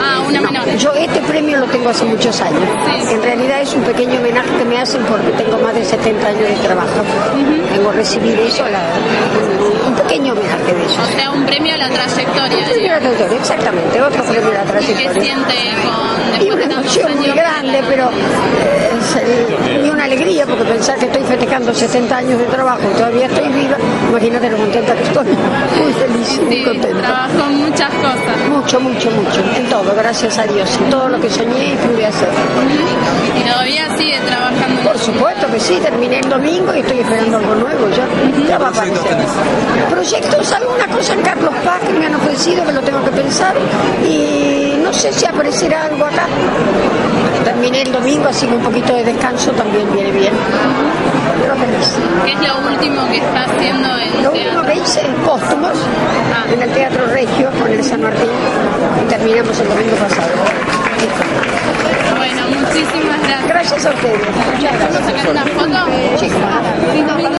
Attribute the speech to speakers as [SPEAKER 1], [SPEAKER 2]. [SPEAKER 1] Ah,
[SPEAKER 2] este premio lo tengo hace muchos años. En realidad es un pequeño homenaje que me hacen porque tengo más de 70 años de trabajo. Tengo recibido eso, la- un- un pequeño homenaje de eso.
[SPEAKER 1] O sea, un premio a la trayectoria.
[SPEAKER 2] Premio a la trayectoria, exactamente, otro premio a la
[SPEAKER 1] ¿Y qué
[SPEAKER 2] trayectoria.
[SPEAKER 1] siente con
[SPEAKER 2] Y
[SPEAKER 1] después
[SPEAKER 2] una
[SPEAKER 1] de tantos
[SPEAKER 2] emoción muy
[SPEAKER 1] años?
[SPEAKER 2] grande, pero eh, es, eh, y una alegría porque pensar que estoy festejando 70 años de trabajo y todavía estoy viva, imagínate lo contenta que estoy. Muy feliz, muy
[SPEAKER 1] Sí,
[SPEAKER 2] contenta.
[SPEAKER 1] trabajó en muchas cosas.
[SPEAKER 2] Mucho, mucho, mucho. En todo, gracias a Dios. En todo lo que soñé y pude hacer.
[SPEAKER 1] Y todavía sigue trabajando.
[SPEAKER 2] Por supuesto que sí, terminé el domingo y estoy esperando algo nuevo ya. Ya va a aparecer. Proyectos, alguna cosa en Carlos Paz que me han ofrecido que lo tengo que pensar y no sé si aparecerá algo acá. Terminé el domingo, así que un poquito de descanso también viene bien. Pero feliz.
[SPEAKER 1] ¿Qué es lo último que está haciendo en
[SPEAKER 2] Lo único que hice es póstumos en el Teatro Regio con el San Martín y terminamos el domingo pasado.
[SPEAKER 1] Bueno, muchísimas gracias.
[SPEAKER 2] Gracias a ustedes. Muchas gracias.
[SPEAKER 1] ¿Sacar una foto?
[SPEAKER 2] Sí, claro.
[SPEAKER 1] Un domingo